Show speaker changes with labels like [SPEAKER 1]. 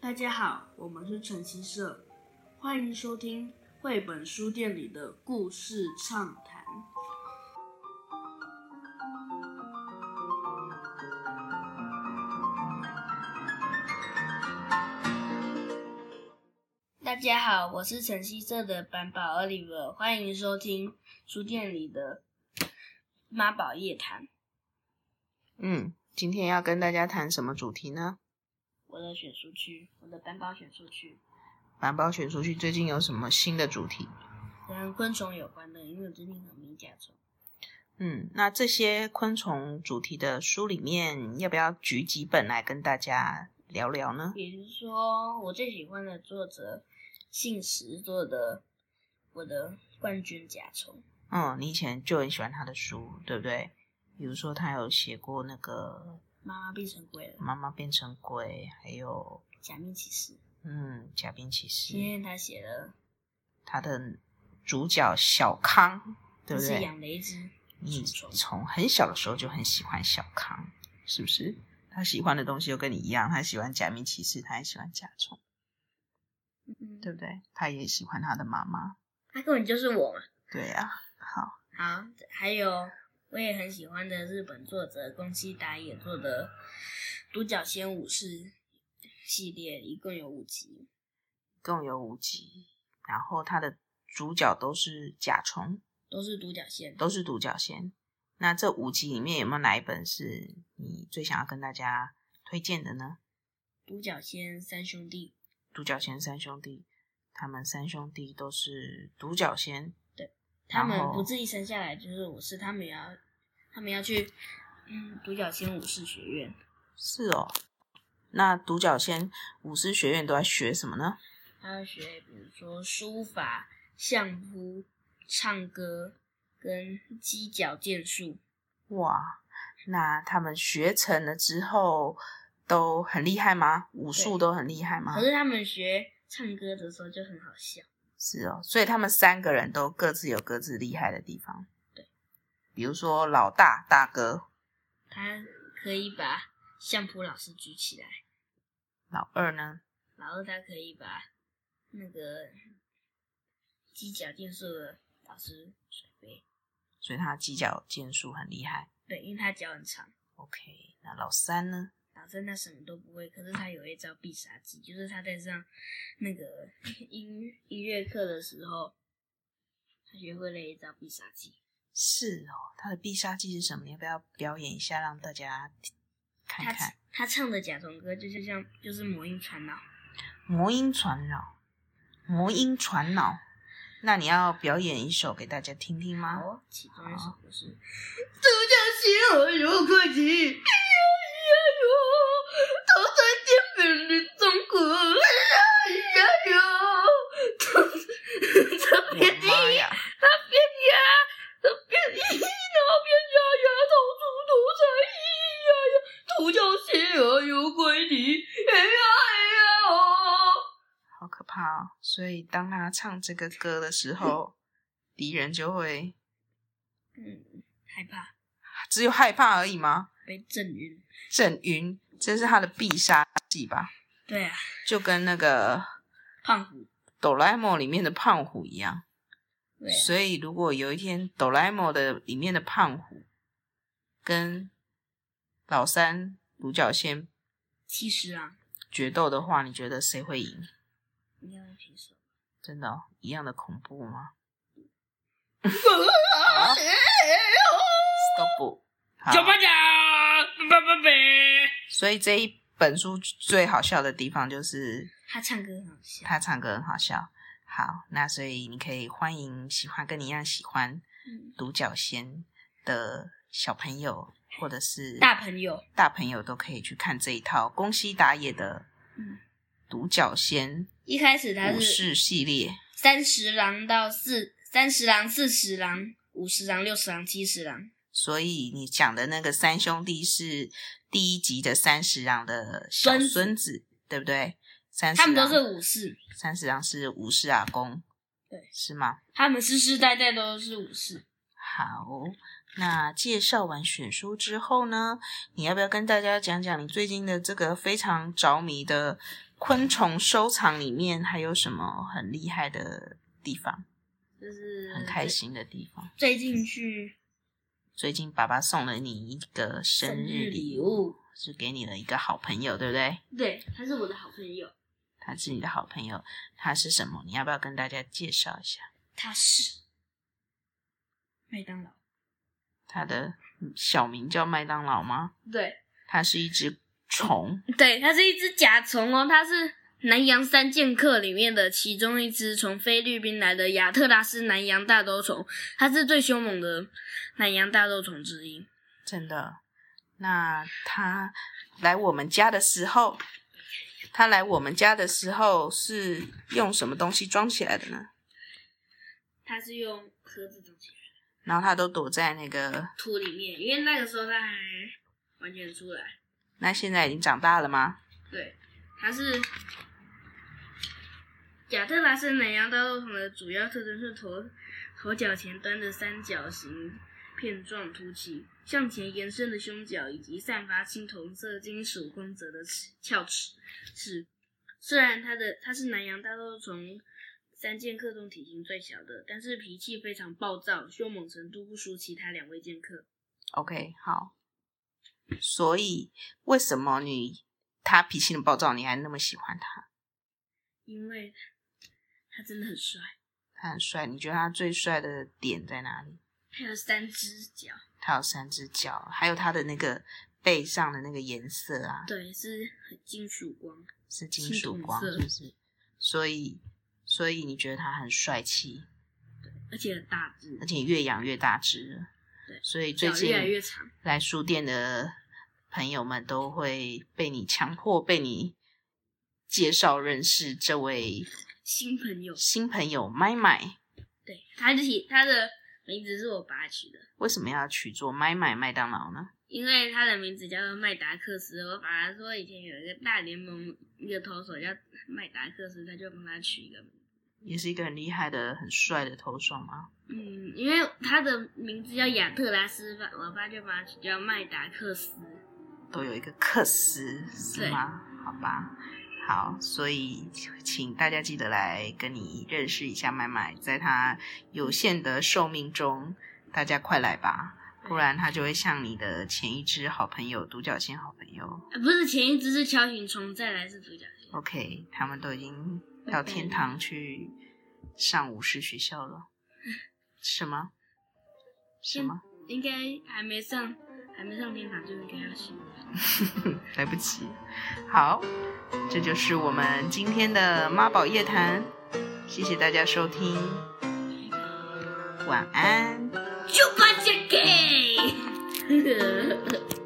[SPEAKER 1] 大家好，我们是晨曦社，欢迎收听绘本书店里的故事畅谈。大家好，我是晨曦社的板宝奥利弗，欢迎收听书店里的妈宝夜谈。
[SPEAKER 2] 嗯，今天要跟大家谈什么主题呢？
[SPEAKER 1] 我的选书区，我的板宝选书区，
[SPEAKER 2] 板宝选出去最近有什么新的主题？
[SPEAKER 1] 跟昆虫有关的，因为我最近很迷甲虫。
[SPEAKER 2] 嗯，那这些昆虫主题的书里面，要不要举几本来跟大家聊聊呢？
[SPEAKER 1] 比如说，我最喜欢的作者信实做的《我的冠军甲虫
[SPEAKER 2] 嗯，你以前就很喜欢他的书，对不对？比如说他有写过那个》，
[SPEAKER 1] 妈妈变成鬼
[SPEAKER 2] 《
[SPEAKER 1] 了，
[SPEAKER 2] 妈妈变成鬼》，还有
[SPEAKER 1] 假面骑士。
[SPEAKER 2] 嗯《假面骑士
[SPEAKER 1] 今》，天他写了，
[SPEAKER 2] 他的主角小康，对
[SPEAKER 1] 他
[SPEAKER 2] 不
[SPEAKER 1] 是
[SPEAKER 2] 对？嗯
[SPEAKER 1] 养了一只
[SPEAKER 2] 你
[SPEAKER 1] 鼠虫，
[SPEAKER 2] 从很小的时候就很喜欢小康，是不是？他喜欢的东西又跟你一样，他喜欢假面骑士，他也喜欢甲虫，
[SPEAKER 1] 嗯
[SPEAKER 2] 对不对？他也喜欢他的妈妈。
[SPEAKER 1] 他根本就是我嘛。
[SPEAKER 2] 对啊，好，
[SPEAKER 1] 好，还有我也很喜欢的日本作者宫西达也做的《独角仙武士》系列，一共有五集。
[SPEAKER 2] 共有五集，然后他的主角都是甲虫，
[SPEAKER 1] 都是独角仙，
[SPEAKER 2] 都是独角仙。那这五集里面有没有哪一本是你最想要跟大家推荐的呢？
[SPEAKER 1] 独角仙三兄弟，
[SPEAKER 2] 独角仙三兄弟，他们三兄弟都是独角仙，
[SPEAKER 1] 他
[SPEAKER 2] 然
[SPEAKER 1] 们
[SPEAKER 2] 后
[SPEAKER 1] 不自己生下来就是武士，他们也要，他们要去，嗯，独角仙武士学院，
[SPEAKER 2] 是哦。那独角仙武士学院都在学什么呢？
[SPEAKER 1] 他要学比如说书法、相扑、唱歌跟击脚剑术，
[SPEAKER 2] 哇，那他们学成了之后都很厉害吗？武术
[SPEAKER 1] 对
[SPEAKER 2] 都很厉害吗
[SPEAKER 1] 可？是他们学唱歌的时候就很好笑，
[SPEAKER 2] 是哦，所以他们三个人都各自有各自厉害的地方。
[SPEAKER 1] 对，
[SPEAKER 2] 比如说老大大哥，
[SPEAKER 1] 他可以把相扑老师举起来，
[SPEAKER 2] 老二呢？
[SPEAKER 1] 然后他可以把那个击脚剑术的老师甩飞，
[SPEAKER 2] 所以他犄角剑术很厉害。
[SPEAKER 1] 对，因为他脚很长。
[SPEAKER 2] OK，那老三呢？
[SPEAKER 1] 老三他什么都不会，可是他有一招必杀技，就是他在上那个 音音乐课的时候，他学会了一招必杀技。
[SPEAKER 2] 是哦，他的必杀技是什么？你要不要表演一下让大家看
[SPEAKER 1] 他
[SPEAKER 2] 看？
[SPEAKER 1] 他唱的甲虫歌就是像就是魔音传脑，
[SPEAKER 2] 魔音传脑，魔音传脑。那你要表演一首给大家听听吗？
[SPEAKER 1] 哦，其中一首就是《独
[SPEAKER 3] 独角仙我如何急，呀呀哟，躺在天边的中国，哎呀呀哟，
[SPEAKER 2] 我
[SPEAKER 3] 这
[SPEAKER 2] 的
[SPEAKER 3] 边一，
[SPEAKER 2] 妈呀！
[SPEAKER 3] 这边呀，这边一，那边呀呀，头出头彩呀呀，独角仙我有归你，哎呀哎呀哦。
[SPEAKER 2] 好可怕哦！所以当他唱这个歌的时候，敌人就会
[SPEAKER 1] 嗯，害怕
[SPEAKER 2] 只有害怕而已吗？
[SPEAKER 1] 被震晕。
[SPEAKER 2] 震晕，这是他的必杀技吧？
[SPEAKER 1] 对啊，
[SPEAKER 2] 就跟那个
[SPEAKER 1] 胖虎。
[SPEAKER 2] 哆啦 A 梦里面的胖虎一样。
[SPEAKER 1] 对、啊，
[SPEAKER 2] 所以如果有一天哆啦 A 梦的里面的胖虎跟老三独角仙
[SPEAKER 1] 其实啊，
[SPEAKER 2] 决斗的话，你觉得谁会赢？
[SPEAKER 1] 应该会平手。
[SPEAKER 2] 真的、哦、一样的恐怖吗？
[SPEAKER 3] 啊
[SPEAKER 2] 好，stop！好
[SPEAKER 1] 九八九，八八八。
[SPEAKER 2] 所以这一本书最好笑的地方就是
[SPEAKER 1] 他唱歌很好笑，
[SPEAKER 2] 他唱歌很好笑。好，那所以你可以欢迎喜欢跟你一样喜欢
[SPEAKER 1] 嗯
[SPEAKER 2] 独角仙的小朋友，或者是
[SPEAKER 1] 大朋友
[SPEAKER 2] 大朋友都可以去看这一套宫西达也的
[SPEAKER 1] 嗯
[SPEAKER 2] 独角仙
[SPEAKER 1] 一开始他
[SPEAKER 2] 武
[SPEAKER 1] 是
[SPEAKER 2] 士系列。
[SPEAKER 1] 三十郎到四三十郎、四十郎、五十郎、六十郎、七十郎，
[SPEAKER 2] 所以你讲的那个三兄弟是第一集的三十郎的小
[SPEAKER 1] 孙子
[SPEAKER 2] 孙子，对不对？三十
[SPEAKER 1] 他
[SPEAKER 2] 郎
[SPEAKER 1] 们都是武士，
[SPEAKER 2] 三十郎是武士阿公，
[SPEAKER 1] 对，
[SPEAKER 2] 是吗？
[SPEAKER 1] 他们世世代代都是武士。
[SPEAKER 2] 好，那介绍完选书之后呢，你要不要跟大家讲讲你最近的这个非常着迷的昆虫收藏里面还有什么很厉害的地方？
[SPEAKER 1] 就是
[SPEAKER 2] 很开。心的地方。
[SPEAKER 1] 最近去
[SPEAKER 2] 最近爸爸送了你一个生日礼
[SPEAKER 1] 礼
[SPEAKER 2] 物，
[SPEAKER 1] 物，
[SPEAKER 2] 是给你的一个好朋友，对不对？
[SPEAKER 1] 对，他是我的好朋友，
[SPEAKER 2] 他是你的好朋友，他是什么？你要不要跟大家介绍一下
[SPEAKER 1] 他是麦当劳，
[SPEAKER 2] 他的小名叫麦当劳吗？
[SPEAKER 1] 对
[SPEAKER 2] 它是一只虫，
[SPEAKER 1] 对，它是一只甲虫哦，它是南洋三剑客里面的其中一只，从菲律宾来的亚特拉斯南洋大兜虫，它是最凶猛的南洋大兜虫之一。
[SPEAKER 2] 真的。那它来我们家的时候，它来我们家的时候是用什么东西装起来的呢？
[SPEAKER 1] 它是用盒子装起来
[SPEAKER 2] 然后它都躲在那个……
[SPEAKER 1] 土里面，因为那个时候它还完全出来。
[SPEAKER 2] 那现在已经长大了吗？
[SPEAKER 1] 对，它是亚特拉斯南洋大肉虫的主要特征是头头角前端的三角形片状凸起，向前延伸的胸角以及散发青铜色金属光泽的齿翘齿。是，虽然它的它是南洋大肉虫。三剑客中体型最小的，但是脾气非常暴躁，凶猛程度不输其他两位剑客。
[SPEAKER 2] OK，好。所以为什么你他脾气那么暴躁，你还那么喜欢他？
[SPEAKER 1] 因为他真的很帅，
[SPEAKER 2] 他很帅，你觉得他最帅的点在哪里？
[SPEAKER 1] 还有三只脚。
[SPEAKER 2] 他有三只脚，还有他的那个背上的那个颜色啊，
[SPEAKER 1] 对，是很金属光。
[SPEAKER 2] 是金
[SPEAKER 1] 青
[SPEAKER 2] 属
[SPEAKER 1] 铜
[SPEAKER 2] 光，
[SPEAKER 1] 色
[SPEAKER 2] 是不是？所以，所以你觉得它很帅气，
[SPEAKER 1] 而且很大只
[SPEAKER 2] 而，且越养越大只了。
[SPEAKER 1] 对
[SPEAKER 2] 所以最
[SPEAKER 1] 脚
[SPEAKER 2] 近
[SPEAKER 1] 越来越长。
[SPEAKER 2] 来书店的朋友们都会被你强迫被你介绍认识这位
[SPEAKER 1] 新朋友，
[SPEAKER 2] 新朋友麦麦。
[SPEAKER 1] 对，他的起他的名字是我爸取的，
[SPEAKER 2] 为什么要取做麦麦麦当劳呢？
[SPEAKER 1] 因为他的名字叫做麦达克斯。我爸说以前有一个大联盟一个投手叫麦达克斯，他就帮他取一个名字。
[SPEAKER 2] 也是一个很厉害的、很帅的投手吗？
[SPEAKER 1] 嗯，因为他的名字叫亚特拉斯，吧，我爸就把他取叫麦达克斯。
[SPEAKER 2] 都有一个克斯是
[SPEAKER 1] 对
[SPEAKER 2] 吗？好吧，好，所以请大家记得来跟你认识一下麦麦，在他有限的寿命中，大家快来吧，不然他就会像你的前一只好朋友独角仙好朋友
[SPEAKER 1] 呃不是前一只是锹形虫，再来是独角仙。
[SPEAKER 2] ，OK，他们都已经到天堂去上武士学校了，是吗？是吗？
[SPEAKER 1] 应该还没上，还没上天堂就应该要去。
[SPEAKER 2] 来不及。好，这就是我们今天的妈宝夜谈，谢谢大家收听，晚安。
[SPEAKER 1] 就把这给。